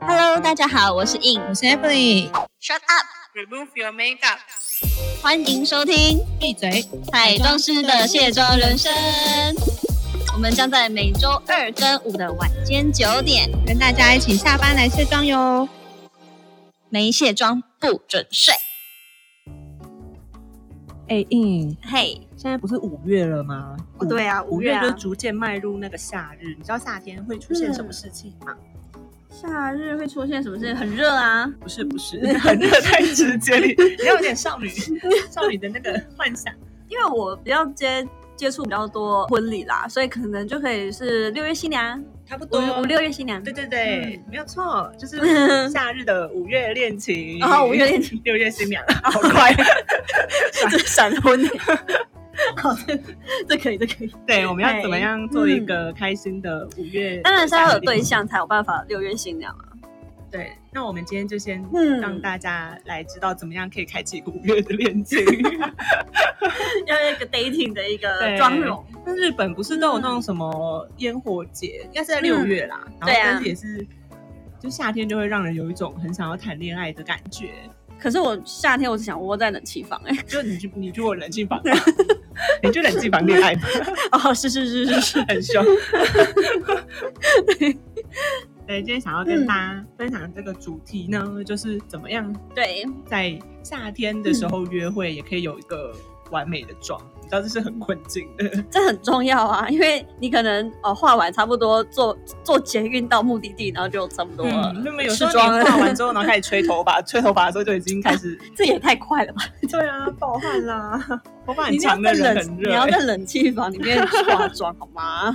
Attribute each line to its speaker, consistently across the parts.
Speaker 1: Hello，大家好，我是 In。
Speaker 2: 我是 Emily，
Speaker 1: Shut up！
Speaker 3: Remove your makeup.
Speaker 1: 欢迎收听
Speaker 2: 闭嘴。
Speaker 1: 彩妆师的卸妆人生。我们将在每周二跟五的晚间九点，
Speaker 2: 跟大家一起下班来卸妆哟。
Speaker 1: 没卸妆不准睡。
Speaker 2: 哎、印，
Speaker 1: 嘿、
Speaker 2: 现在不是五月了吗？
Speaker 3: 哦对啊
Speaker 2: 五
Speaker 3: 五月啊
Speaker 2: 就逐渐迈入那个夏日。你知道夏天会出现什
Speaker 4: 嗯
Speaker 2: 么事情吗？
Speaker 1: 夏日会出现什么事？很热啊！
Speaker 2: 不是不是，很热太直接了，你要有点 少女少女的那个幻想。
Speaker 4: 因为我比较接接触比较多婚礼啦，所以可能就可以是六月新娘，
Speaker 2: 差不
Speaker 1: 哦
Speaker 2: 多，嗯
Speaker 4: 五五六月新娘
Speaker 2: 对。对对，没有错， 就是夏日的五月恋情，
Speaker 4: 然后哦五月恋情，哦
Speaker 2: 六 月新娘，好快。
Speaker 4: 这闪婚 欸，好，这这可以，这可以。哎嗯
Speaker 2: 对，我们要怎么样做一个开心的五月？
Speaker 4: 当然是要有对。象才有办法六月新 娘嘛。
Speaker 2: 对，那我们今天就先
Speaker 4: 嗯
Speaker 2: 让大家来知道怎么样可以开启五月的 恋情。
Speaker 4: 要有一个 dating 的一个
Speaker 2: 对
Speaker 4: 妆容，
Speaker 2: 那日本不是都有那种什么烟火节，应该是在六月啦，然
Speaker 4: 对
Speaker 2: 后
Speaker 4: 啊
Speaker 2: 但是也是。就夏天就会让人有一种很想要谈恋爱的感觉，
Speaker 4: 可是我夏天我只想窝在冷气房哎、
Speaker 2: 就你去你去我冷气房吧，你去冷气房恋爱吧，
Speaker 4: 哦，是是是是是，
Speaker 2: 很凶。对，今天想要
Speaker 4: 嗯
Speaker 2: 跟大家分享的这个主题呢，就是怎么样
Speaker 4: 对，
Speaker 2: 在夏天的时候约会也可以有一个完美的妆，你知道这是很困境的。
Speaker 4: 这很重要啊，因为你可能哦画完差不多坐坐捷运到目的地，然后就差不多了，
Speaker 2: 嗯那么有时
Speaker 4: 啊试
Speaker 2: 候
Speaker 4: 妆
Speaker 2: 你
Speaker 4: 了
Speaker 2: 化完之后，然后开始吹头发， 吹头发的时候就已经开始，
Speaker 4: 这也太快了吧。
Speaker 2: 对啊，暴汗啦， 头发很
Speaker 4: 你要
Speaker 2: 长的
Speaker 4: 在
Speaker 2: 人
Speaker 4: 冷，
Speaker 2: 很
Speaker 4: 你要
Speaker 2: 热，哎
Speaker 4: 在冷气房里面化妆好 吗？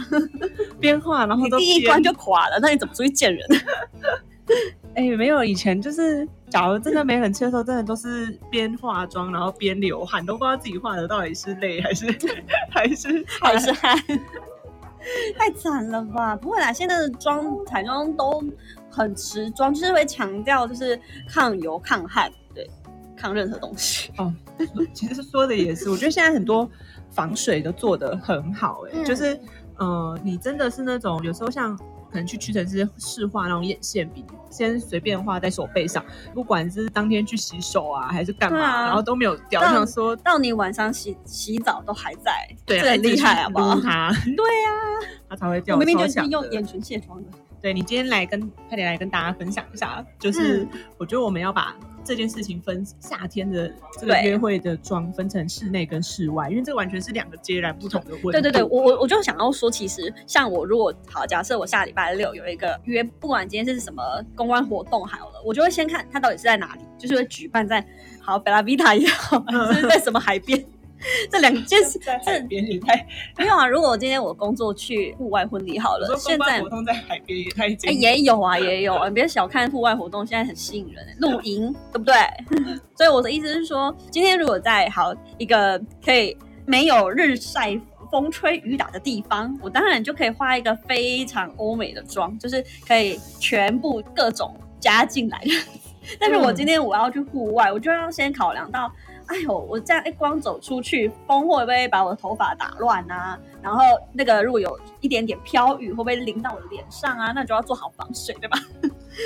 Speaker 2: 边化然后
Speaker 4: 你
Speaker 2: 都
Speaker 4: 第一
Speaker 2: 边
Speaker 4: 关就垮了，那你怎么出去见 人？
Speaker 2: 哎、没有以前就是，假如真的没冷气的时候，真的都是边化妆然后边流汗，都不知道自己化的到底是累还是 还是
Speaker 4: 还是汗？ 太惨了吧！不会啦，现在的妆彩妆都很持妆，就是会强调就是抗油、抗汗，对，抗任何东西。
Speaker 2: 其实说的也是，我觉得现在很多防水都做得很好、欸，哎、
Speaker 4: 嗯
Speaker 2: 就是，呃，你真的是那种有时候像可能去屈臣氏试画那种眼线笔，先随便画在手背上，不管是当天去洗手啊，还是干嘛，
Speaker 4: 对啊
Speaker 2: 然后都没有掉，
Speaker 4: 但
Speaker 2: 想说
Speaker 4: 到你晚上洗洗澡都还在，
Speaker 2: 对啊，
Speaker 4: 这很厉害好不好
Speaker 2: 撸？它，
Speaker 4: 对呀、
Speaker 2: 它才会掉。
Speaker 4: 我明明
Speaker 2: 超
Speaker 4: 就是
Speaker 2: 强
Speaker 4: 用
Speaker 2: 的
Speaker 4: 眼唇卸妆的。
Speaker 2: 对你今天来跟快点来跟大家分享一下，就是、
Speaker 4: 嗯
Speaker 2: 我觉得我们要把这件事情分夏天的这个
Speaker 4: 对
Speaker 2: 约会的妆分成室内跟室外，因为这完全是两个截然不同的问题。
Speaker 4: 对对对，我我我就想要说，其实像我如果好，假设我下礼拜六有一个约，不管今天是什么公关活动好了，我就会先看它到底是在哪里，就是会举办在好贝拉维塔也好，还 是在什么海边，这两件事。
Speaker 2: 在海边也太，
Speaker 4: 没有啊，如果我今天我工作去户外婚礼好
Speaker 2: 我
Speaker 4: 了
Speaker 2: 说，公
Speaker 4: 现
Speaker 2: 关
Speaker 4: 在
Speaker 2: 活。动在海边也太
Speaker 4: 哎、
Speaker 2: 简单。
Speaker 4: 也有啊，也有啊！你别小看户外活动，现在很吸引人、露营，对不对？ 所以我的意思是说，今天如果在好一个可以没有日晒、风吹雨打的地方，我当然就可以画一个非常欧美的妆，就是可以全部各种加进来。 但是我今天我要去户外，我就要先考量到，哎呦，我这样一光走出去，风会不会把我的头发打乱啊？然后那个如果有一点点飘雨，会不会淋到我的脸上啊？那就要做好防水，对吧？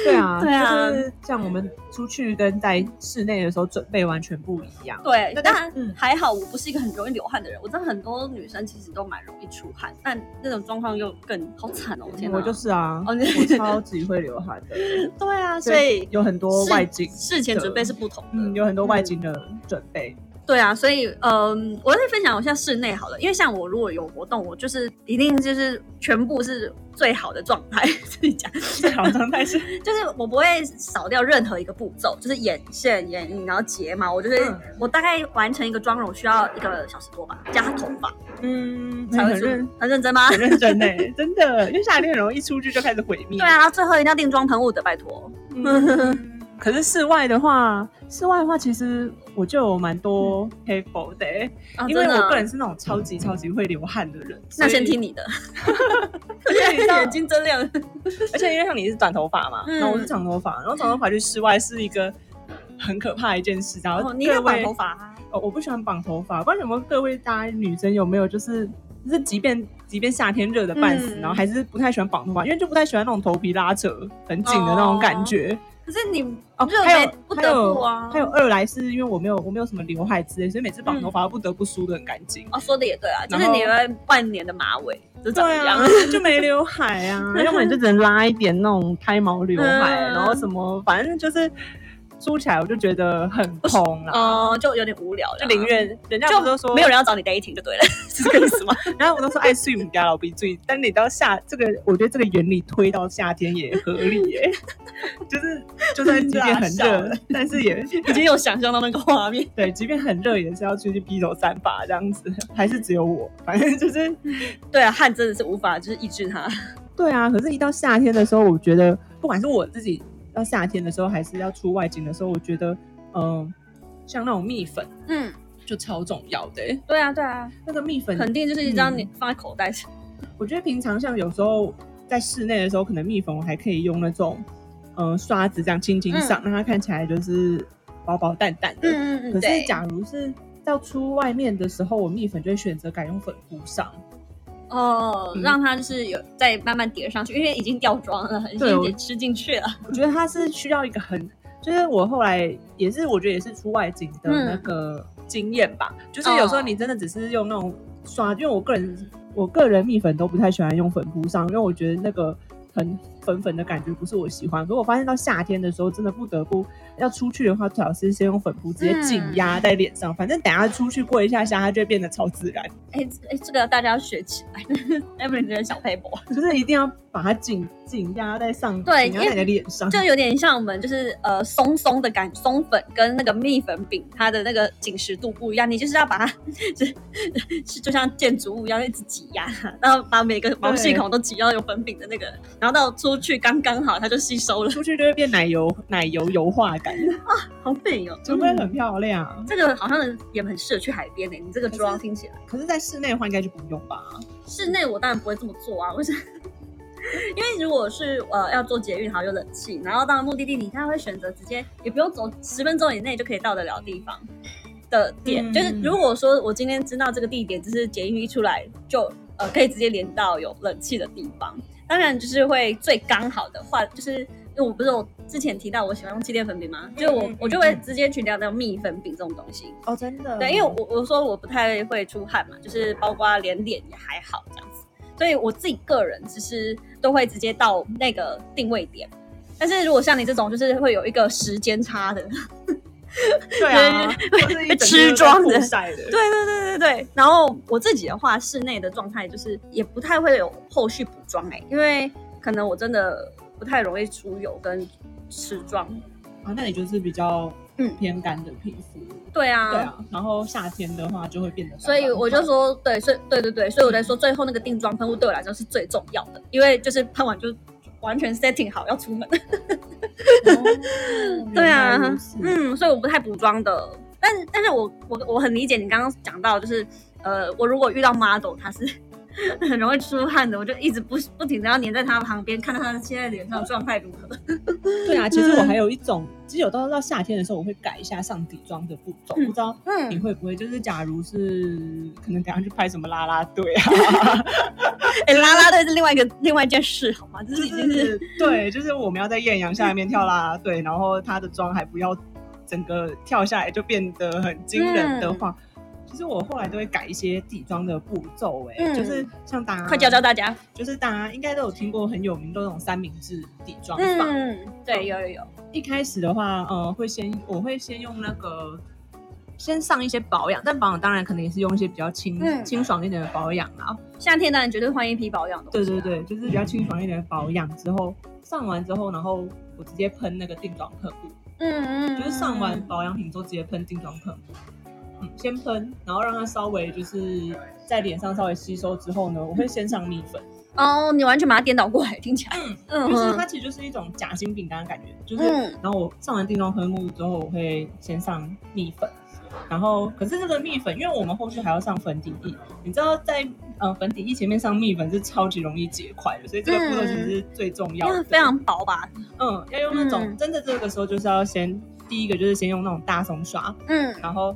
Speaker 2: 对啊，
Speaker 4: 对啊
Speaker 2: 就是像我们出去跟在室内的时候准备完全不一样。
Speaker 4: 对，
Speaker 2: 那
Speaker 4: 当
Speaker 2: 但
Speaker 4: 然
Speaker 2: 嗯
Speaker 4: 还好，我不是一个很容易流汗的人。我知道很多女生其实都蛮容易出汗，但那种状况又更好惨哦！天哪，
Speaker 2: 我就是啊，
Speaker 4: 哦你
Speaker 2: 我超级会流汗 的，
Speaker 4: 对啊，所以
Speaker 2: 有很多
Speaker 4: 事
Speaker 2: 外景，
Speaker 4: 事前准备是不同的。
Speaker 2: 嗯，有很多外景的准备。
Speaker 4: 对啊，所以嗯，我再分享一下室内好了，因为像我如果有活动，我就是一定就是全部是最好的状态，自己讲，
Speaker 2: 最好的状态是
Speaker 4: 就是我不会少掉任何一个步骤，就是眼线、眼影，然后睫毛，我就是、
Speaker 2: 嗯
Speaker 4: 我大概完成一个妆容需要一个小时多吧，加头发
Speaker 2: 嗯，
Speaker 4: 才
Speaker 2: 哎很
Speaker 4: 会出
Speaker 2: 认
Speaker 4: 很认真吗？
Speaker 2: 很认真呢，真的，因为夏天很容易出去就开始毁灭。
Speaker 4: 对啊，最后一定要定妆喷雾的，拜托。
Speaker 2: 嗯。 可是室外的话，室外的话，其实我就有蛮多黑 e 的欸、
Speaker 4: 啊
Speaker 2: 因
Speaker 4: 嗯
Speaker 2: 为
Speaker 4: 真的
Speaker 2: 我个人是那种超级超级会流汗的人。
Speaker 4: 那
Speaker 2: 所以
Speaker 4: 先听，你的，
Speaker 2: 而且你知道
Speaker 4: 眼睛睁 亮。
Speaker 2: 而且因为像你是短头发嘛，
Speaker 4: 嗯
Speaker 2: 然后我是长头发，然后长头发去室外是一个很可怕的一件事。然后
Speaker 4: 哦，你应该
Speaker 2: 各位
Speaker 4: 绑头发啊。
Speaker 2: 哦，我不喜欢绑头发，不知道有没有各位大家女生有没有就是就是即便即便夏天热的半死，
Speaker 4: 嗯
Speaker 2: 然后还是不太喜欢绑头发，因为就不太喜欢那种头皮拉扯很紧的那种感觉。
Speaker 4: 可是你
Speaker 2: 哦，
Speaker 4: 热
Speaker 2: 还有
Speaker 4: 没不
Speaker 2: 还
Speaker 4: 得
Speaker 2: 有
Speaker 4: 不啊
Speaker 2: 还有二来是因为我没有我没有什么刘海之类，所以每次绑头发都不得不梳的很干净。
Speaker 4: 哦，说的也对啊，就
Speaker 2: 然
Speaker 4: 是
Speaker 2: 后
Speaker 4: 你会万年的马尾就长这
Speaker 2: 对
Speaker 4: 样
Speaker 2: 啊，， 就没刘海啊， 要不然你就只能拉一点那种开毛刘海，
Speaker 4: 嗯
Speaker 2: 然后什么，反正就是梳起来我就觉得很空啦。
Speaker 4: 哦、就有点无聊了，
Speaker 2: 就宁愿人家不是都
Speaker 4: 就
Speaker 2: 说
Speaker 4: 没有人要找你 dating 就对 了，是这个意思吗？
Speaker 2: 然后我都说爱哎睡不家老鼻最，但你到夏这个，我觉得这个原理推到夏天也合理耶、 就是就算即便很
Speaker 4: 辣笑
Speaker 2: 热
Speaker 4: 了，
Speaker 2: 但是也
Speaker 4: 已经有想象到那个画面，
Speaker 2: 对，即便很热也是要出去披头散发这样子，还是只有我，反正就是
Speaker 4: 对啊，汗真的是无法就是抑制它，
Speaker 2: 对啊。可是，一到夏天的时候，我觉得不管是我自己到夏天的时候，还是要出外景的时候，我觉得嗯、呃像那种蜜粉
Speaker 4: 嗯，
Speaker 2: 就超重要的耶、
Speaker 4: 对啊，对啊，
Speaker 2: 那个蜜粉
Speaker 4: 肯定就是一张
Speaker 2: 嗯
Speaker 4: 你放在口袋上，
Speaker 2: 我觉得平常像有时候在室内的时候，可能蜜粉我还可以用那种嗯、呃刷子这样轻轻上，让它看起来就是薄薄淡淡的。
Speaker 4: 嗯
Speaker 2: 可是假如是要出外面的时候，我蜜粉就会选择改用粉扑上。
Speaker 4: 哦，
Speaker 2: 嗯
Speaker 4: 让它就是有再慢慢叠上去，因为已经掉妆了，已
Speaker 2: 对
Speaker 4: 经
Speaker 2: 我
Speaker 4: 也吃进去了。
Speaker 2: 我觉得它是需要一个很，就是我后来也是，我觉得也是出外景的那
Speaker 4: 嗯
Speaker 2: 个经验吧。就是有时
Speaker 4: 哦
Speaker 2: 候你真的只是用那种刷，因为我个人我个人蜜粉都不太喜欢用粉扑上，因为我觉得那个很粉粉的感觉不是我喜欢。可我发现到夏天的时候，真的不得不要出去的话，最好是先用粉扑直接紧
Speaker 4: 嗯
Speaker 2: 压在脸上，反正等下出去过一下下，它就会变得超自然。
Speaker 4: 哎哎，这个大家要学起来， 要不然就是小 p a
Speaker 2: 就是一定要把它紧紧压在上，
Speaker 4: 对
Speaker 2: 紧压在你的脸上。
Speaker 4: 就有点像我们就是呃松松的感松粉跟那个蜜粉饼，它的那个紧实度不一样，你就是要把它就就就像建筑物一样一直挤压，然后把每个毛细孔都挤到有粉饼的那个，然后到出去刚刚好，它就吸收了，
Speaker 2: 出去就会变奶油奶油油画感，
Speaker 4: 好美哦，
Speaker 2: 就会很漂亮。
Speaker 4: 这个好像也很适合去海边呢、欸你这个妆听起来，
Speaker 2: 可是，在室内的话，应该就不用吧？
Speaker 4: 室内我当然不会这么做啊，为什么？因为如果是呃要做捷运，好有冷气，然后到目的地，你当然会选择直接也不用走十分钟以内就可以到得了地方的点。
Speaker 2: 嗯
Speaker 4: 就是如果说我今天知道这个地点，只是捷运一出来就呃可以直接连到有冷气的地方，当然就是会最刚好的话，就是因为我不是我之前提到我喜欢用气垫粉饼吗？就我
Speaker 2: 嗯嗯
Speaker 4: 我就会
Speaker 2: 嗯
Speaker 4: 直接去聊到蜜粉饼这种东西。
Speaker 2: 哦，真的
Speaker 4: 对，因为我我说我不太会出汗嘛，就是包括连脸也还好这样子，所以我自己个人其实都会直接到那个定位点。但是如果像你这种，就是会有一个时间差的，
Speaker 2: 对啊， 或是一整
Speaker 4: 吃
Speaker 2: 个
Speaker 4: 妆的
Speaker 2: 都曝晒的，
Speaker 4: 对对对对对。然后我自己的话，室内的状态就是也不太会有后续补妆哎、因为可能我真的不太容易出油跟持妆。
Speaker 2: 啊，那你就是比较
Speaker 4: 嗯
Speaker 2: 偏干的皮肤。
Speaker 4: 对啊，
Speaker 2: 对啊，然后夏天的话就会变得干干的，
Speaker 4: 所以我就说，对，所以对对对，所以我在说最后那个定妆喷雾对我来说是最重要的，因为就是喷完就完全 setting 好要出门。
Speaker 2: 哦，
Speaker 4: 对啊
Speaker 2: 原来如此，
Speaker 4: 嗯，所以我不太补妆的，但是但是我我我很理解你刚刚讲到，就是呃，我如果遇到 model 他是很容易出汗的，我就一直不不停的要黏在他旁边，看到他现在脸上的状态如何。
Speaker 2: 对啊。其实我还有一种，其实有到到夏天的时候，我会改一下上底妆的步骤，
Speaker 4: 嗯
Speaker 2: 不知道你
Speaker 4: 嗯，
Speaker 2: 会不会？就是假如是可能等下去拍什么啦啦队 啊，
Speaker 4: 哎、拉拉队是另外一个另外一件事，好吗？这
Speaker 2: 就是
Speaker 4: 已经是。
Speaker 2: 是对，就是我们要在艳阳下面跳啦啦队，然后她的妆还不要整个跳下来就变得很惊人的话，
Speaker 4: 嗯
Speaker 2: 其实我后来都会改一些底妆的步骤、欸，
Speaker 4: 嗯
Speaker 2: 就是像大家
Speaker 4: 快教教，大家。
Speaker 2: 就是大家应该都有听过很有名的那种三明治底妆法。
Speaker 4: 嗯，对，有有有。
Speaker 2: 一开始的话，呃，会先我会先用那个。先上一些保养，但保养当然可能也是用一些比较清、
Speaker 4: 嗯
Speaker 2: 清爽一点的保养啊，
Speaker 4: 夏天当然绝对换一批保养的东
Speaker 2: 对
Speaker 4: 西
Speaker 2: 对
Speaker 4: 啊。
Speaker 2: 对，就是比较清爽一点的保养之后，上完之后，然后我直接喷那个定妆喷雾，
Speaker 4: 嗯嗯，
Speaker 2: 就是上完
Speaker 4: 嗯
Speaker 2: 保养品之后直接喷定妆喷雾。嗯，先喷，然后让它稍微就是在脸上稍微吸收之后呢，我会先上蜜粉，
Speaker 4: 哦，你完全把它颠倒过来，听起来，
Speaker 2: 嗯，
Speaker 4: 嗯
Speaker 2: 就是它其实就是一种夹心饼干的感觉，就是，
Speaker 4: 嗯
Speaker 2: 然后我上完定妆喷雾之后，我会先上蜜粉，然后可是这个蜜粉，因为我们后续还要上粉底液，你知道在呃粉底液前面上蜜粉是超级容易结块的，所以这个步骤其实是最重要
Speaker 4: 因为
Speaker 2: 的，
Speaker 4: 它非常薄吧，
Speaker 2: 嗯，要用那种、
Speaker 4: 嗯
Speaker 2: 真的这个时候就是要先第一个就是先用那种大松刷，
Speaker 4: 嗯
Speaker 2: 然后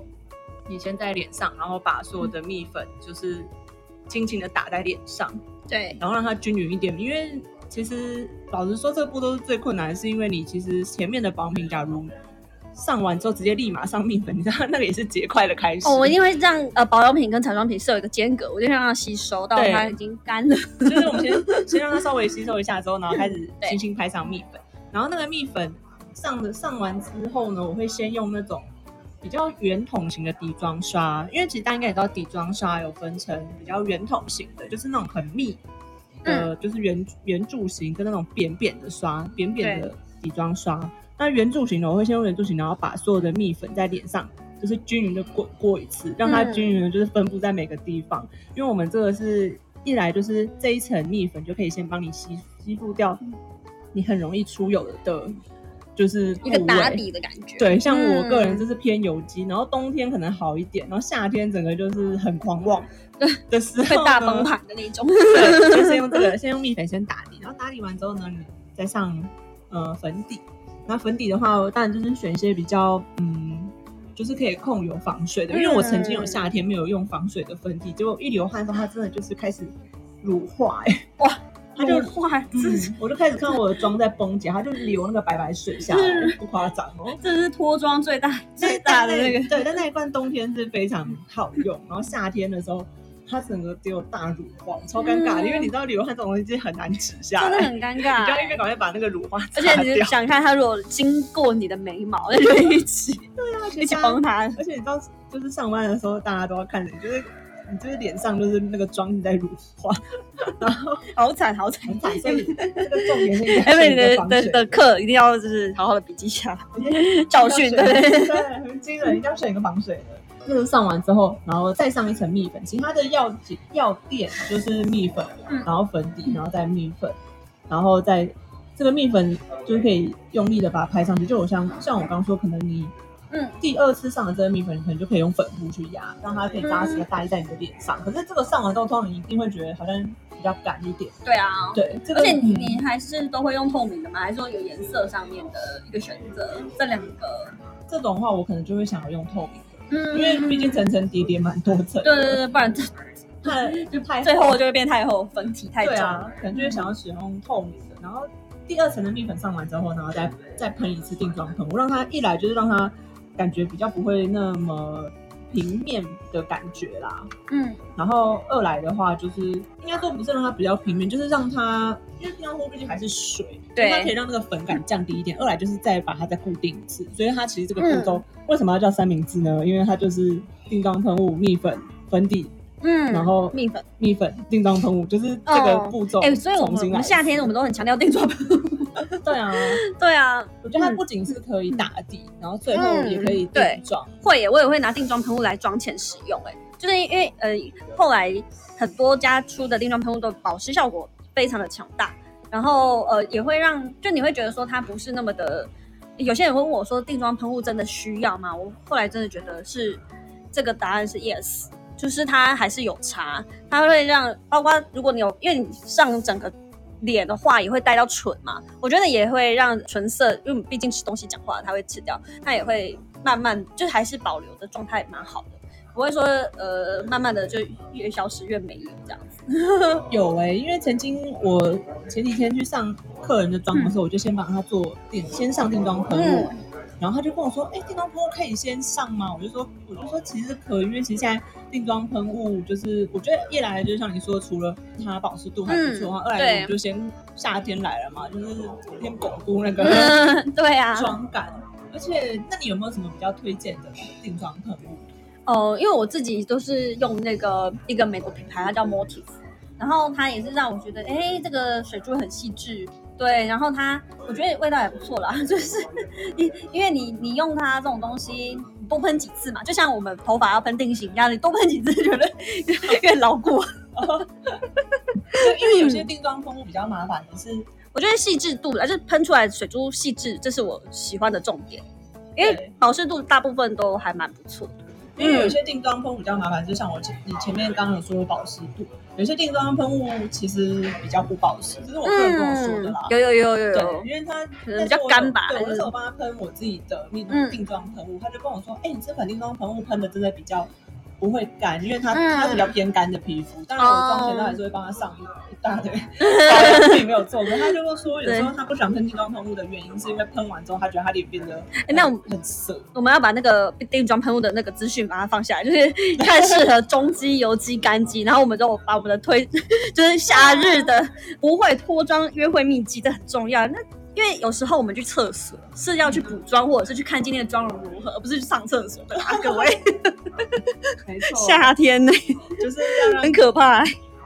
Speaker 2: 你先在脸上，然后把所有的蜜粉就是轻轻的打在脸上，
Speaker 4: 对，
Speaker 2: 然后让它均匀一点。因为其实老实说，这个步骤是最困难的，是因为你其实前面的保养品，假如上完之后直接立马上蜜粉，你知道那个也是结块的开始。
Speaker 4: 哦，我一定会让呃保养品跟彩妆品是有一个间隔，我就让它吸收到
Speaker 2: 对
Speaker 4: 它已经干了。
Speaker 2: 就是我们先先让它稍微吸收一下之后，然后开始
Speaker 4: 对
Speaker 2: 轻轻拍上蜜粉，然后那个蜜粉上的上完之后呢，我会先用那种比较圆筒型的底妆刷，因为其实大家应该也知道底妆刷有分成比较圆筒型的，就是那种很密的，就是圆圆柱型跟那种扁扁的刷，扁扁的底妆刷。那圆柱型的我会先用圆柱型，然后把所有的蜜粉在脸上。就是均匀的过过一次，让它
Speaker 4: 嗯
Speaker 2: 均匀的，就是分布在每个地方。因为我们这个是一来就是这一层蜜粉就可以先帮你吸吸附掉你很容易出油的的，就是
Speaker 4: 一个
Speaker 2: 部
Speaker 4: 打
Speaker 2: 位。
Speaker 4: 底的感觉。
Speaker 2: 对，像我个人
Speaker 4: 嗯
Speaker 2: 就是偏油肌，然后冬天可能好一点，然后夏天整个就是很 狂妄的时
Speaker 4: 会
Speaker 2: 候
Speaker 4: 大
Speaker 2: 呢
Speaker 4: 崩盘的那种。
Speaker 2: 对，就先用这个，先用蜜粉先打底，然后打底完之后呢，你再上呃粉底。那粉底的话，当然就是选一些比较嗯，就是可以控油防水
Speaker 4: 嗯
Speaker 2: 的，因为我曾经有夏天没有用防水的粉底，结果一流汗之后，它真的就是开始乳化、 欸，
Speaker 4: 哇，
Speaker 2: 它就。
Speaker 4: 哇，这
Speaker 2: 嗯，我就开始看我的妆在崩解，它就流那个白白水下来，不夸张哦。
Speaker 4: 这是脱妆最大 最大
Speaker 2: 但
Speaker 4: 的那个。
Speaker 2: 对，但那一罐冬天是非常好用，然后夏天的时候，它整个只有大乳化，超尴尬的，
Speaker 4: 嗯
Speaker 2: 因为你知道流汗这种东西很难止 下
Speaker 4: 真的
Speaker 2: 来，
Speaker 4: 很尴
Speaker 2: 你就要
Speaker 4: 尬
Speaker 2: 一，边赶快把那个乳化擦
Speaker 4: 而
Speaker 2: 掉，
Speaker 4: 且你想看它如果经过你的眉毛， 那就一起一起崩它，
Speaker 2: 而且你知道，就是上班的时候大家都要看着你，就是你就是脸上就是那个妆你在乳化，
Speaker 4: 好惨好惨
Speaker 2: 啊很惨，所 以这个重哎点是 你
Speaker 4: 艾
Speaker 2: 要
Speaker 4: 美你
Speaker 2: 用你的
Speaker 4: 的
Speaker 2: 防
Speaker 4: 的
Speaker 2: 水
Speaker 4: 的课一定要就是好好的笔记下来，
Speaker 2: 要
Speaker 4: 教
Speaker 2: 选
Speaker 4: 训
Speaker 2: 一个
Speaker 4: 对对
Speaker 2: 对，很惊人，一定要选一个防水的。就是上完之后，然后再上一层蜜粉。其实它的药药店就是蜜粉，
Speaker 4: 嗯
Speaker 2: 然后粉底，然后再蜜粉，然后再这个蜜粉就是可以用力的把它拍上去。就我像像我刚说，可能你
Speaker 4: 嗯
Speaker 2: 第二次上的这个蜜粉，你可能就可以用粉扑去压，让它可以扎实的待在你的脸上。可是这个上完之后，通常你一定会觉得好像比较干一点。
Speaker 4: 对啊。
Speaker 2: 对，这个
Speaker 4: 而且你
Speaker 2: 嗯
Speaker 4: 你还是都会用透明的吗？还是说有颜色上面的一个选择？这两个，
Speaker 2: 这种话，我可能就会想要用透明的，
Speaker 4: 嗯
Speaker 2: 因为毕竟层层叠叠蛮多层的。
Speaker 4: 对对对，不然这
Speaker 2: 嗯太就太
Speaker 4: 最后就会变太厚，粉体太重
Speaker 2: 对。啊，可能就会想要使用透明的，然后第二层的蜜粉上完之后，然后再再喷一次定妆喷，我让它一来就是让它感觉比较不会那么平面的感觉啦，
Speaker 4: 嗯，
Speaker 2: 然后二来的话就是应该说不是让它比较平面，就是让它因为定妆后毕竟还是水，
Speaker 4: 对
Speaker 2: 所以它可以让那个粉感降低一点，二来就是再把它再固定一次，所以它其实这个步骤、为什么要叫三明治呢？因为它就是定妆喷雾、蜜粉、粉底。
Speaker 4: 嗯
Speaker 2: 然后
Speaker 4: 蜜粉。
Speaker 2: 蜜粉、定妆喷雾，就是这个步骤。
Speaker 4: 哎、所以我们
Speaker 2: 重新
Speaker 4: 我
Speaker 2: 来
Speaker 4: 们夏天我们都很强调定妆喷雾。
Speaker 2: 对啊，
Speaker 4: 对啊，
Speaker 2: 我觉得它不仅是可以打底，然后最后
Speaker 4: 嗯
Speaker 2: 也可以定妆。
Speaker 4: 会耶，我也会拿定妆喷雾来妆前使用。哎，就是因为呃，后来很多家出的定妆喷雾的保湿效果非常的强大，然后呃也会让就你会觉得说它不是那么的。有些人会问我说，定妆喷雾真的需要吗？我后来真的觉得是这个答案是 yes，就是它还是有差，它会让包括如果你有，因为你上整个脸的话，也会带到唇嘛，我觉得也会让唇色，因为我们毕竟吃东西讲话，它会吃掉，它也会慢慢就还是保留的状态蛮好的，不会说呃慢慢的就越消失越没有这样子。
Speaker 2: 有哎、因为曾经我前几天去上客人的妆的时候，我就先帮他做定，先上定妆喷雾。
Speaker 4: 嗯
Speaker 2: 然后他就跟我说：“哎、定妆喷雾可以先上吗？”我就说：“我就说其实可以，因为其实现在定妆喷雾就是，我觉得一来就是像你说，除了它保湿度还不错，
Speaker 4: 嗯
Speaker 2: 然后二
Speaker 4: 对
Speaker 2: 来我们就先夏天来了嘛，就是先巩固那个
Speaker 4: 嗯， 对啊，
Speaker 2: 妆感。而且，那你有没有什么比较推荐的定妆喷雾？
Speaker 4: 哦，因为我自己都是用那个一个美国品牌，它叫 Motif，然后它也是让我觉得，哎，这个水珠很细致，对，然后它我觉得味道也不错啦， 就是因因为你你用它这种东西，你多喷几次嘛，就像我们头发要喷定型一样，你多喷几次觉得 越牢固。
Speaker 2: 就因为有些定妆喷雾比较麻烦的是，
Speaker 4: 我觉得细致度啦，就是喷出来水珠细致，这是我喜欢的重点，因为
Speaker 2: 对
Speaker 4: 保湿度大部分都还蛮不错的。
Speaker 2: 因为有些定妆喷雾比较麻烦，就像我前你前面刚刚有说保湿度，有些定妆喷雾其实比较不保湿，这是我个人跟我说的啦。
Speaker 4: 嗯有有有有有
Speaker 2: 对，，因为它
Speaker 4: 哦可能比较干吧
Speaker 2: 对，我
Speaker 4: 还
Speaker 2: 那
Speaker 4: 是
Speaker 2: 时候帮他喷我自己的定
Speaker 4: 嗯
Speaker 2: 定妆喷雾，他就跟我说：“哎，你这款定妆喷雾喷的真的比较不会干，因为它、
Speaker 4: 嗯哦
Speaker 2: 它比较偏干的皮肤。当然，我妆前都还是会帮它上一大堆，我自己没有做。可是他就会说，有时候他不想喷定妆喷雾的原因，是因为喷完之后他觉得他脸变得
Speaker 4: 哎那我们
Speaker 2: 很涩。
Speaker 4: 我们要把那个定妆喷雾的那个资讯把它放下来，就是 看适合中肌、油肌、干肌，然后我们就把我们的推， 就是夏日的不会脱妆约会秘籍，这很重要。那因为有时候我们去厕所是要去补妆，或者是去看今天的妆容如何，而不是去上厕所的啊，各位。
Speaker 2: 没错，
Speaker 4: 夏天呢、
Speaker 2: 就是要让
Speaker 4: 很可怕、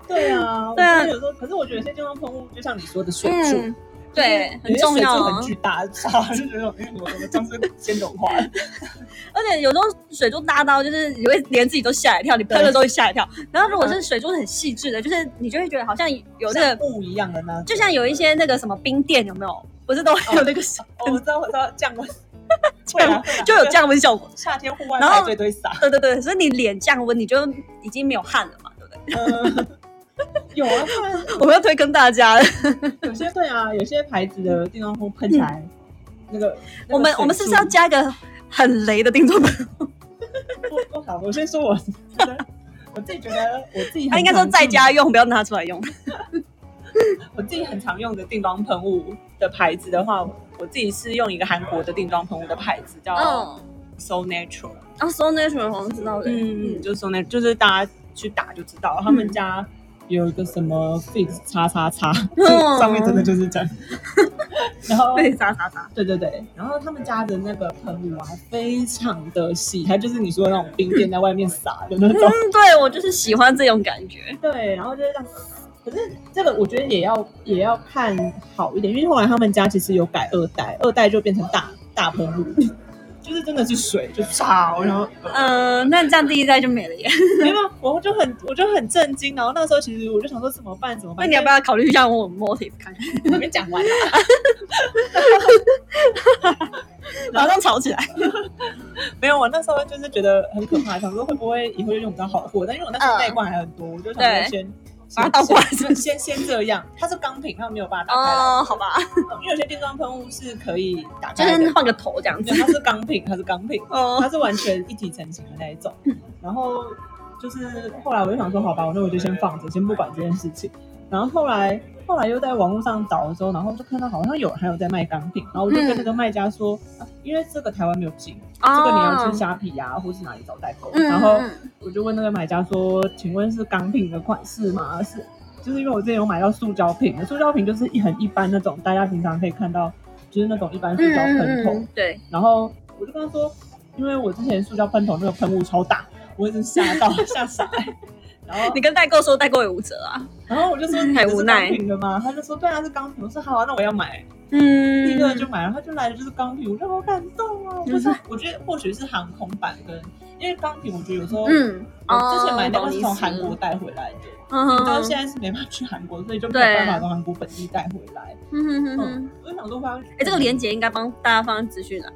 Speaker 2: 对啊，
Speaker 4: 对啊
Speaker 2: 我觉得有时候，可是我觉得有些定妆喷雾就像你说的水柱。
Speaker 4: 嗯，对，很
Speaker 2: 有些
Speaker 4: 重
Speaker 2: 水柱
Speaker 4: 要、啊
Speaker 2: 很。巨大，差就觉得哎我怎么妆是先融化了？
Speaker 4: 而且有时候水珠大到就是你会连自己都吓一跳，你喷了之后会吓一跳。然后如果是水珠很细致的，就是你就会觉得好像有那个
Speaker 2: 像雾一样的呢？
Speaker 4: 就像有一些那个什么冰店有没有？不是都会有那个 小、
Speaker 2: 哦我知道，我知道 降温，会啊会啊
Speaker 4: 就有降温效果？
Speaker 2: 夏天户外
Speaker 4: 然后
Speaker 2: 排队 堆洒，
Speaker 4: 对对对，所以你脸降温，你就已经没有汗了嘛，对不对？
Speaker 2: 嗯有啊，不然
Speaker 4: 我们要推跟大 家，
Speaker 2: 有些对啊，有些牌子的定妆喷喷起来，那个
Speaker 4: 我们我们是不是要？加一个很雷的定妆喷？
Speaker 2: 那个水柱不不好，我先说我，我自己觉得我自己很
Speaker 4: 它应该说
Speaker 2: 常
Speaker 4: 在
Speaker 2: 用
Speaker 4: 家用，不要拿出来用。
Speaker 2: 我自己很常用的定妆喷雾的牌子的话，我自己是用一个韩国的定妆喷雾的牌子叫
Speaker 4: 嗯，
Speaker 2: So Natural，
Speaker 4: 啊，So Natural 好像知道的，
Speaker 2: 嗯，就是 So Natural，就是大家去打就知道，他们家有一个什么 Fix 叉叉叉，
Speaker 4: 嗯
Speaker 2: 上面真的就是这样，然后。
Speaker 4: 对，啥啥啥，
Speaker 2: 对对对，然后他们家的那个喷雾啊，非常的细，它就是你说的那种冰店在外面撒的那种。
Speaker 4: 嗯，对我就是喜欢这种感觉，
Speaker 2: 对，然后就是这样。可是这个我觉得也要也要看好一点，因为后来他们家其实有改二代，二代就变成大大喷雾， 就是真的是水就 超，然后
Speaker 4: 嗯、那这样第一代就没了耶。
Speaker 2: 没有，我就很我就很震惊，然后那时候其实我就想说怎么办怎么
Speaker 4: 那
Speaker 2: 办？
Speaker 4: 你要不要考虑一下我 motive 看看？
Speaker 2: 要还没讲 完、啊？
Speaker 4: 马上吵起来。
Speaker 2: 没有，我那时候就是觉得很可怕，想说会不会以后就用不到好货，但因为我那时候
Speaker 4: 嗯
Speaker 2: 那一罐还很多，我就想说
Speaker 4: 对
Speaker 2: 先。
Speaker 4: 把它倒过来
Speaker 2: 先先 先这样，它是钢瓶，它没有办法打开来。
Speaker 4: 哦，好吧，
Speaker 2: 因为有些定妆喷雾是可以打
Speaker 4: 就
Speaker 2: 开的，
Speaker 4: 是换个头这样
Speaker 2: 没
Speaker 4: 子
Speaker 2: 有。它是钢瓶，它是钢瓶，
Speaker 4: 哦
Speaker 2: 它是完全一体成型的那一种。然后就是后来我就想说，好吧，那我就先放着，先不管这件事情。然后后来后来又在网络上找的时候，然后就看到好像有人还有在卖钢瓶，然后我就跟那个卖家说，啊因为这个台湾没有进，
Speaker 4: 哦
Speaker 2: 这个你要去虾皮啊，或是哪里找代购。
Speaker 4: 嗯
Speaker 2: 然后我就问那个买家说，请问是钢瓶的款式吗？是，就是因为我之前有买到塑胶瓶，塑胶瓶就是一很一般那种，大家平常可以看到，就是那种一
Speaker 4: 嗯
Speaker 2: 般塑胶喷头。
Speaker 4: 对，
Speaker 2: 然后我就跟他说，因为我之前塑胶喷头那个喷雾超大，我一直吓到吓傻、然后
Speaker 4: 你跟代购说代购也五折啊。
Speaker 2: 然后我就说
Speaker 4: 嗯
Speaker 2: 你
Speaker 4: 很
Speaker 2: 这
Speaker 4: 无
Speaker 2: 是
Speaker 4: 奈
Speaker 2: 钢瓶的吗？他就说对啊是钢瓶，我说好啊，那我要买。第一
Speaker 4: 嗯
Speaker 2: 个就买了，他就来的就是钢瓶，我就好感动啊！我不知道，我觉得或许是航空版跟，因为钢瓶我觉得有时候，
Speaker 4: 嗯，
Speaker 2: 我之前买那
Speaker 4: 哦
Speaker 2: 个是从韩，国
Speaker 4: 懂
Speaker 2: 带回来的，
Speaker 4: 你
Speaker 2: 你知道
Speaker 4: 意思
Speaker 2: 现在是没办法去韩国，所以就没有
Speaker 4: 对
Speaker 2: 办法从韩国本地带回来。
Speaker 4: 嗯哼哼哼，
Speaker 2: 我就想说，哇，
Speaker 4: 哎，这个链接应该帮大家放在资讯了。啊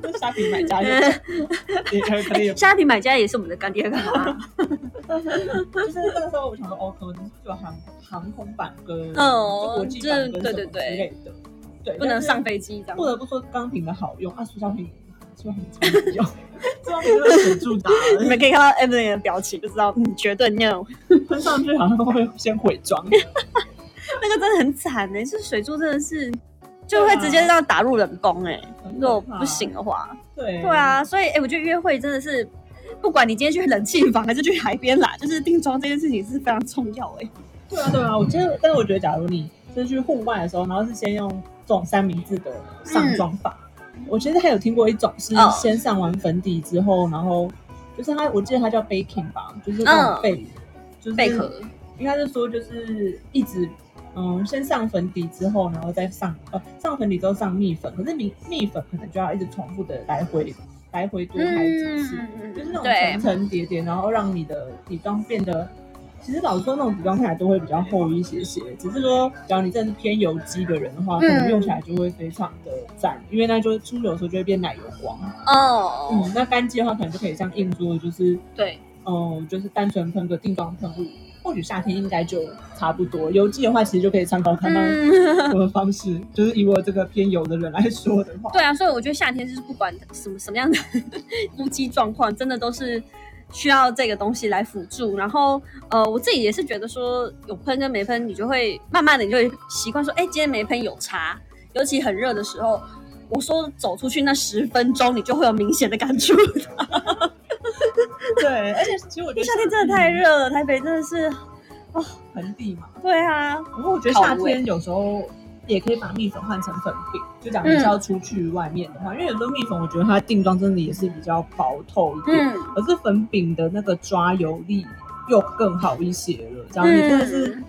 Speaker 2: 跟虾皮买家就 也可以可以有
Speaker 4: 虾皮买家也是我们的干爹干妈。
Speaker 2: 就是那个时候我想说，哦，可能就是有航航空版跟
Speaker 4: 哦
Speaker 2: 国际版跟
Speaker 4: 这对对
Speaker 2: 什么之
Speaker 4: 对
Speaker 2: 类的，对，
Speaker 4: 不能
Speaker 2: 但是
Speaker 4: 上飞机这样
Speaker 2: 不。得不说钢瓶的好用啊，塑胶瓶塑胶瓶真 的有，塑胶瓶真的很住 打，
Speaker 4: 你们可以看到 Evelyn 的表情，就知道嗯，绝对 no。
Speaker 2: 喷上去好像会先毁妆，
Speaker 4: 那个真的很惨哎，是水柱真的是就会直接让打入冷宫哎，如果不行，的话。
Speaker 2: 对
Speaker 4: 对，啊，所以哎、我觉得约会真的是，不管你今天去冷气房还是去海边啦，就是定妆这件事情是非常重要哎、
Speaker 2: 对啊对啊，我觉得，但是我觉得，假如你就是去户外的时候，然后是先用这种三明治的上妆法，我其实还有听过一种是
Speaker 4: 嗯
Speaker 2: 先上完粉底之后，然后就是它，我记得它叫 baking 吧，就是那
Speaker 4: 嗯
Speaker 2: 种贝，就是
Speaker 4: 贝壳，
Speaker 2: 应该是说就是一直嗯，先上粉底之后，然后再上呃上粉底之后上蜜粉，可是蜜蜜粉可能就要一直重复的来回来回多拍几次，就是那
Speaker 4: 嗯
Speaker 2: 种
Speaker 4: 对
Speaker 2: 层，层叠叠，然后让你的底妆变得。其实老实说，那种底妆看起来都会比较厚一些些，只是说，假如你真的是偏油肌的人的
Speaker 4: 嗯
Speaker 2: 话，可能用起来就会非常的赞，因为那就出油的时候就会变奶油光。
Speaker 4: 哦，
Speaker 2: 嗯，那干肌的话，可能就可以像硬说，就是
Speaker 4: 对，
Speaker 2: 嗯，就是单纯喷个定妆喷雾，或许夏天应该就差不多。油肌的话，其实就可以参考看看
Speaker 4: 嗯，
Speaker 2: 我的方式，就是以我这个偏油的人来说的话，
Speaker 4: 对啊，所以我觉得夏天就是不管什么什么样的夫妻状况，真的都是需要这个东西来辅助。然后呃，我自己也是觉得说有喷跟没喷，你就会慢慢的你就会习惯说，哎，今天没喷有差，尤其很热的时候。我说走出去那十分钟，你就会有明显的感触。
Speaker 2: 对，而且其实我觉 得
Speaker 4: 夏天真的太热了，台北真的是，哦，
Speaker 2: 盆地嘛。
Speaker 4: 对啊，
Speaker 2: 不过我觉得夏天有时候也可以把蜜粉换成粉饼，就假如是要出去外面的话，因为有时候蜜粉我觉得它定妆真的也是比较薄透一点，
Speaker 4: 嗯
Speaker 2: 可是粉饼的那个抓油力又更好一些了。假如你真的是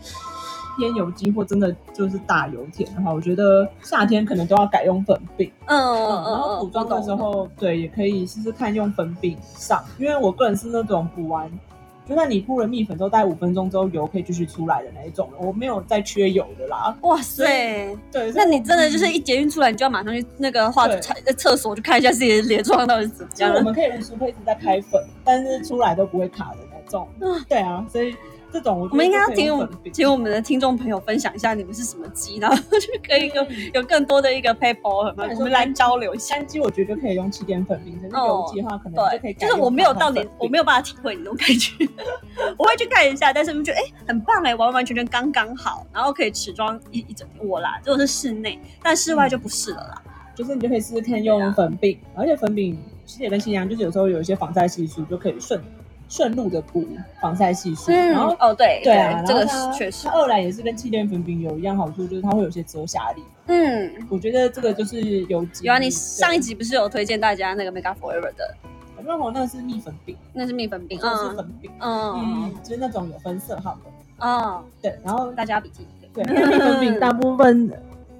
Speaker 2: 偏油肌或真的就是大油田的话，我觉得夏天可能都要改用粉饼。
Speaker 4: 嗯嗯
Speaker 2: 然后补妆的时，
Speaker 4: 我懂
Speaker 2: 候，对，也可以试试看用粉饼上，因为我个人是那种补完，就算你铺了蜜粉之后，大概五分钟之后油可以继续出来的那一种，我没有再缺油的啦。
Speaker 4: 哇
Speaker 2: 对
Speaker 4: 塞，
Speaker 2: 对，所
Speaker 4: 那
Speaker 2: 以
Speaker 4: 你真的就是一捷运出来，你就要马上去那个化
Speaker 2: 对
Speaker 4: 厕呃厕所去看一下自己的脸妆到底是怎么
Speaker 2: 其实
Speaker 4: 样
Speaker 2: 我
Speaker 4: 了。
Speaker 2: 们可以无时无刻一直在开粉，但是出来都不会卡的那种。对啊，所以这种我 觉得
Speaker 4: 我们应该要
Speaker 2: 就可以
Speaker 4: 请
Speaker 2: 用
Speaker 4: 我
Speaker 2: 粉饼
Speaker 4: 请我们的听众朋友分享一下你们是什么肌，然后就可以有有更多的一个 paper，
Speaker 2: 那你说
Speaker 4: 我们来交流一下。
Speaker 2: 嗯香肌，我觉得可以用气垫粉饼，可是油肌的话可能哦就可
Speaker 4: 对，
Speaker 2: 以
Speaker 4: 就
Speaker 2: 改
Speaker 4: 是
Speaker 2: 用
Speaker 4: 我没有
Speaker 2: 糖
Speaker 4: 到
Speaker 2: 粉
Speaker 4: 你，我
Speaker 2: 饼
Speaker 4: 没有办法体会你那种感觉。 我会去看一下，但是我觉得哎、诶很棒哎、完完全全刚刚好，然后可以持妆一一整天。我啦，这种是室内，但室
Speaker 2: 嗯
Speaker 4: 外就不是了啦。
Speaker 2: 就是你就可以试试看
Speaker 4: 啊
Speaker 2: 用粉饼，而且粉饼其实也跟新娘，就是有时候有一些防晒系数就可以顺顺路的补防晒系数，然后。
Speaker 4: 哦对
Speaker 2: 嗯对啊，
Speaker 4: 这个
Speaker 2: 然后它
Speaker 4: 是确实
Speaker 2: 它，二来也是跟气垫粉饼有一样好处，就是它会有一些遮瑕力。
Speaker 4: 嗯，
Speaker 2: 我觉得这个就是有几
Speaker 4: 有啊，你上一集不是有推荐大家那个 Make Up Forever 的，
Speaker 2: 反正我那个是蜜粉饼，
Speaker 4: 那是蜜粉饼，
Speaker 2: 这是
Speaker 4: 嗯
Speaker 2: 粉饼，嗯
Speaker 4: 嗯，
Speaker 2: 就是那种有分色号的。
Speaker 4: 嗯，
Speaker 2: 对，然后
Speaker 4: 大家笔记。
Speaker 2: 对，因为蜜粉
Speaker 4: 嗯
Speaker 2: 饼大部分，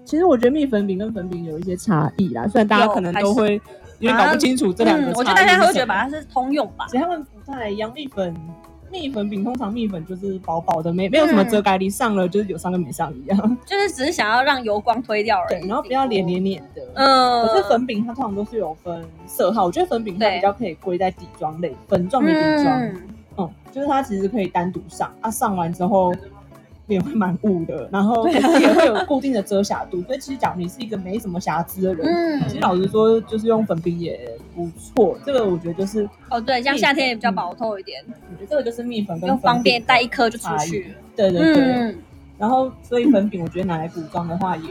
Speaker 2: 其实我觉得蜜粉饼跟粉饼有一些差异啦，虽然大家
Speaker 4: 有
Speaker 2: 可能
Speaker 4: 还
Speaker 2: 都
Speaker 4: 是
Speaker 2: 会有点搞不清楚这两个
Speaker 4: 嗯，我觉
Speaker 2: 差
Speaker 4: 得大
Speaker 2: 异
Speaker 4: 家
Speaker 2: 是
Speaker 4: 都会
Speaker 2: 什
Speaker 4: 觉得
Speaker 2: 么
Speaker 4: 把它是通用吧，
Speaker 2: 其实它们不太一样。蜜粉蜜粉饼通常蜜粉就是薄薄的，没没有
Speaker 4: 嗯
Speaker 2: 什么遮盖力，上了就是有上跟没上一样。
Speaker 4: 就是只是想要让油光推掉而
Speaker 2: 对
Speaker 4: 已，，
Speaker 2: 然后不要脸黏黏的。
Speaker 4: 嗯，
Speaker 2: 可是粉饼它通常都是有分色号，我觉得粉饼它
Speaker 4: 对
Speaker 2: 比较可以归在底妆类，粉状的底妆，嗯
Speaker 4: 嗯。
Speaker 2: 就是它其实可以单独上，啊，上完之后脸会蛮雾的，然后可是也会有固定的遮瑕度，所以其实讲你是一个没什么瑕疵的人，其
Speaker 4: 嗯，
Speaker 2: 实老实说，就是用粉饼也不错，这个我觉得就是，
Speaker 4: 哦对，这样
Speaker 2: 蜜
Speaker 4: 夏天也
Speaker 2: 粉
Speaker 4: 比较
Speaker 2: 嗯
Speaker 4: 薄透一点，
Speaker 2: 我觉得这个就是蜜粉跟
Speaker 4: 又
Speaker 2: 粉
Speaker 4: 方便
Speaker 2: 饼的
Speaker 4: 带一颗就出
Speaker 2: 差异
Speaker 4: 去。
Speaker 2: 对对对，
Speaker 4: 嗯，
Speaker 2: 然后，所以粉饼我觉得拿来补妆的话，也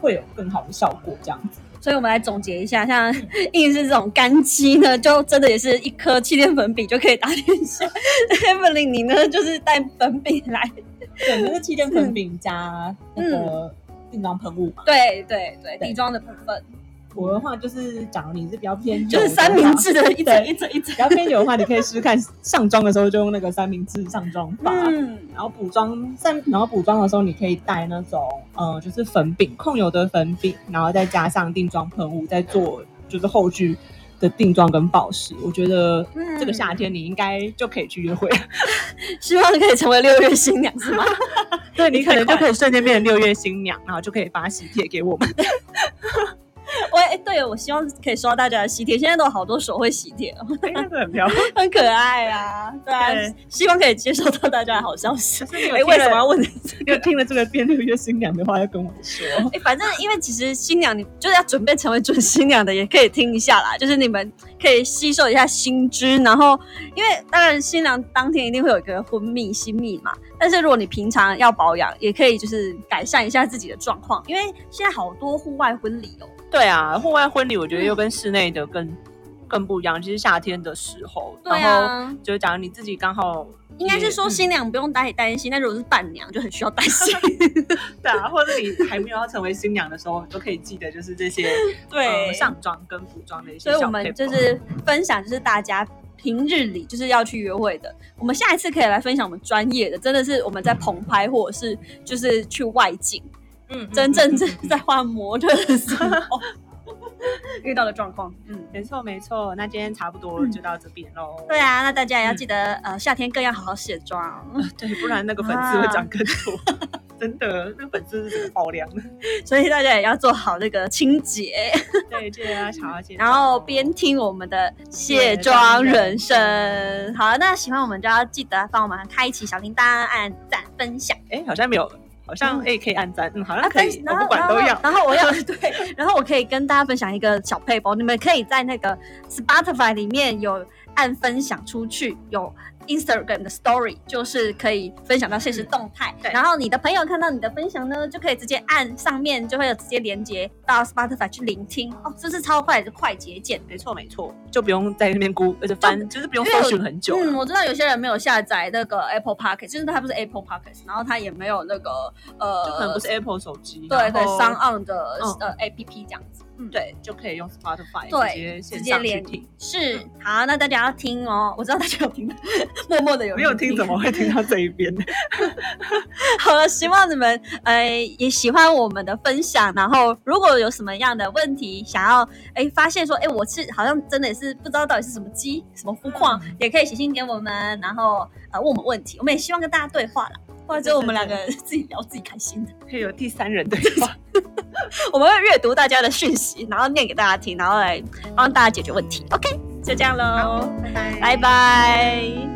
Speaker 2: 会有更好的效果。这样子，
Speaker 4: 所以我们来总结一下，像 硬是这种干肌呢，就真的也是一颗气垫粉饼就可以打天下。Evelyn，你呢就是带粉饼来，
Speaker 2: 对，那个气垫粉饼加那
Speaker 4: 嗯
Speaker 2: 个定妆喷雾嘛。
Speaker 4: 对对对，
Speaker 2: 对
Speaker 4: 底妆的部分
Speaker 2: 我的话就是，假如你是比较偏油
Speaker 4: 就
Speaker 2: 的
Speaker 4: 是
Speaker 2: 话
Speaker 4: 三明，治的一整
Speaker 2: 对
Speaker 4: 一整一整
Speaker 2: 比。较偏油的话，你可以试试看上妆的时候就用那个三明治上妆法。
Speaker 4: 嗯，
Speaker 2: 然后补妆上，然后补妆的时候，你可以带那种，呃，就是粉饼控油的粉饼，然后再加上定妆喷雾，再做就是后续的定妆跟保湿。我觉得
Speaker 4: 嗯
Speaker 2: 这个夏天你应该就可以去约会了。
Speaker 4: 希望可以成为六月新娘是吗？
Speaker 2: 对你可能就可以瞬间变成六月新娘，然后就可以发喜帖给我们。
Speaker 4: 我哎，对，我希望可以收到大家的喜帖，现在都有好多手绘喜帖 哦，
Speaker 2: 哎，那个很漂 亮。
Speaker 4: 很可爱啊，对啊
Speaker 2: 对，
Speaker 4: 希望可以接收到大家的好消息。
Speaker 2: 哎
Speaker 4: 哎，为什么要？问这
Speaker 2: 你有听了这个变六月新娘的话，要跟我说。
Speaker 4: 哎、反正因为其实新娘你就是要准备成为准新娘的，也可以听一下啦。就是你们可以吸收一下新知，然后因为当然新娘当天一定会有一个婚蜜、新蜜嘛。但是如果你平常要保养，也可以就是改善一下自己的状况，因为现在好多户外婚礼哦。
Speaker 2: 对啊，户外婚礼我觉得又跟室内的更更不一样，其实夏天的时候，
Speaker 4: 对
Speaker 2: 然后
Speaker 4: 啊，
Speaker 2: 就假如你自己刚好。
Speaker 4: 应该是说
Speaker 2: 嗯
Speaker 4: 新娘不用担担心，但如果是伴娘就很需要担 心。
Speaker 2: 对啊，或者你还没有要成为新娘的时候，都可以记得就是这些
Speaker 4: 嗯
Speaker 2: 呃上妆跟补妆的一些
Speaker 4: 所以
Speaker 2: 小
Speaker 4: 我
Speaker 2: paper。
Speaker 4: 们就是分享，就是大家平日里就是要去约会的。我们下一次可以来分享我们专业的，真的是我们在棚拍或者是就是去外景，
Speaker 2: 嗯
Speaker 4: 真正正
Speaker 2: 嗯嗯嗯
Speaker 4: 在画模特的时候 遇到的状况。嗯，
Speaker 2: 没错没错。那今天差不多就到这边喽。
Speaker 4: 对啊，那大家也要记得，呃，夏天更要好好卸妆。
Speaker 2: 对，不然那个粉丝会涨更多。 真的，那粉丝是整个爆量。
Speaker 4: 所以大家也要做好那个清洁，
Speaker 2: 对，记得要想要介绍。
Speaker 4: 然后边听我们的卸妆人生。好，那喜欢我们就要记得帮我们开启小铃铛、按赞、分享。
Speaker 2: 哎，好像没有，好像哎可以按赞，嗯，好像
Speaker 4: 啊，
Speaker 2: 可
Speaker 4: 但
Speaker 2: 以
Speaker 4: 是，
Speaker 2: 我
Speaker 4: 然后
Speaker 2: 不管都
Speaker 4: 然
Speaker 2: 要
Speaker 4: 后。然后我 要对，然后我可以跟大家分享一个小配包，你们可以在那个 Spotify 里面有按分享出去，有 Instagram 的 Story，就是可以分享到现
Speaker 2: 嗯
Speaker 4: 实动态。
Speaker 1: 对
Speaker 4: 然后你的朋友看到你的分享呢，就可以直接按上面就会有直接连接到 Spotify 去聆听。哦，这是超快的快捷键。
Speaker 2: 没错没错，就不用在那边估，而且翻就是不用搜寻很久啊
Speaker 4: 嗯，
Speaker 2: 了。
Speaker 4: 我知道有些人没有下载那个 Apple p o c k e t 就是他不是 Apple p o c k e t 然后他也没有那个呃，
Speaker 2: 就可能不是 Apple 手机，
Speaker 4: 对对
Speaker 2: 然后
Speaker 4: 商 on 的、
Speaker 2: 嗯
Speaker 4: 呃 APP 这样子。嗯，
Speaker 2: 对，就可以用 Spotify
Speaker 4: 对，
Speaker 2: 直接
Speaker 4: 直
Speaker 2: 线
Speaker 4: 接
Speaker 2: 上去
Speaker 4: 连
Speaker 2: 听。嗯
Speaker 4: 是好，那大家要听哦，我知道大家有听， 默默的有
Speaker 2: 没有听怎么会听到这一边？
Speaker 4: 好了，希望你们呃也喜欢我们的分享，然后如果有什么样的问题想要哎发现说哎我是好像真的也是不知道到底是什么鸡什么肤况，
Speaker 2: 嗯
Speaker 4: 也可以写信给我们，然后呃问我们问题，我们也希望跟大家对话啦。或者我们两个自己聊自己开心的，
Speaker 2: 可以有第三人对 话。
Speaker 4: 我们会阅读大家的讯息，然后念给大家听，然后来帮大家解决问题。OK，就这样喽，
Speaker 2: 拜
Speaker 4: 拜拜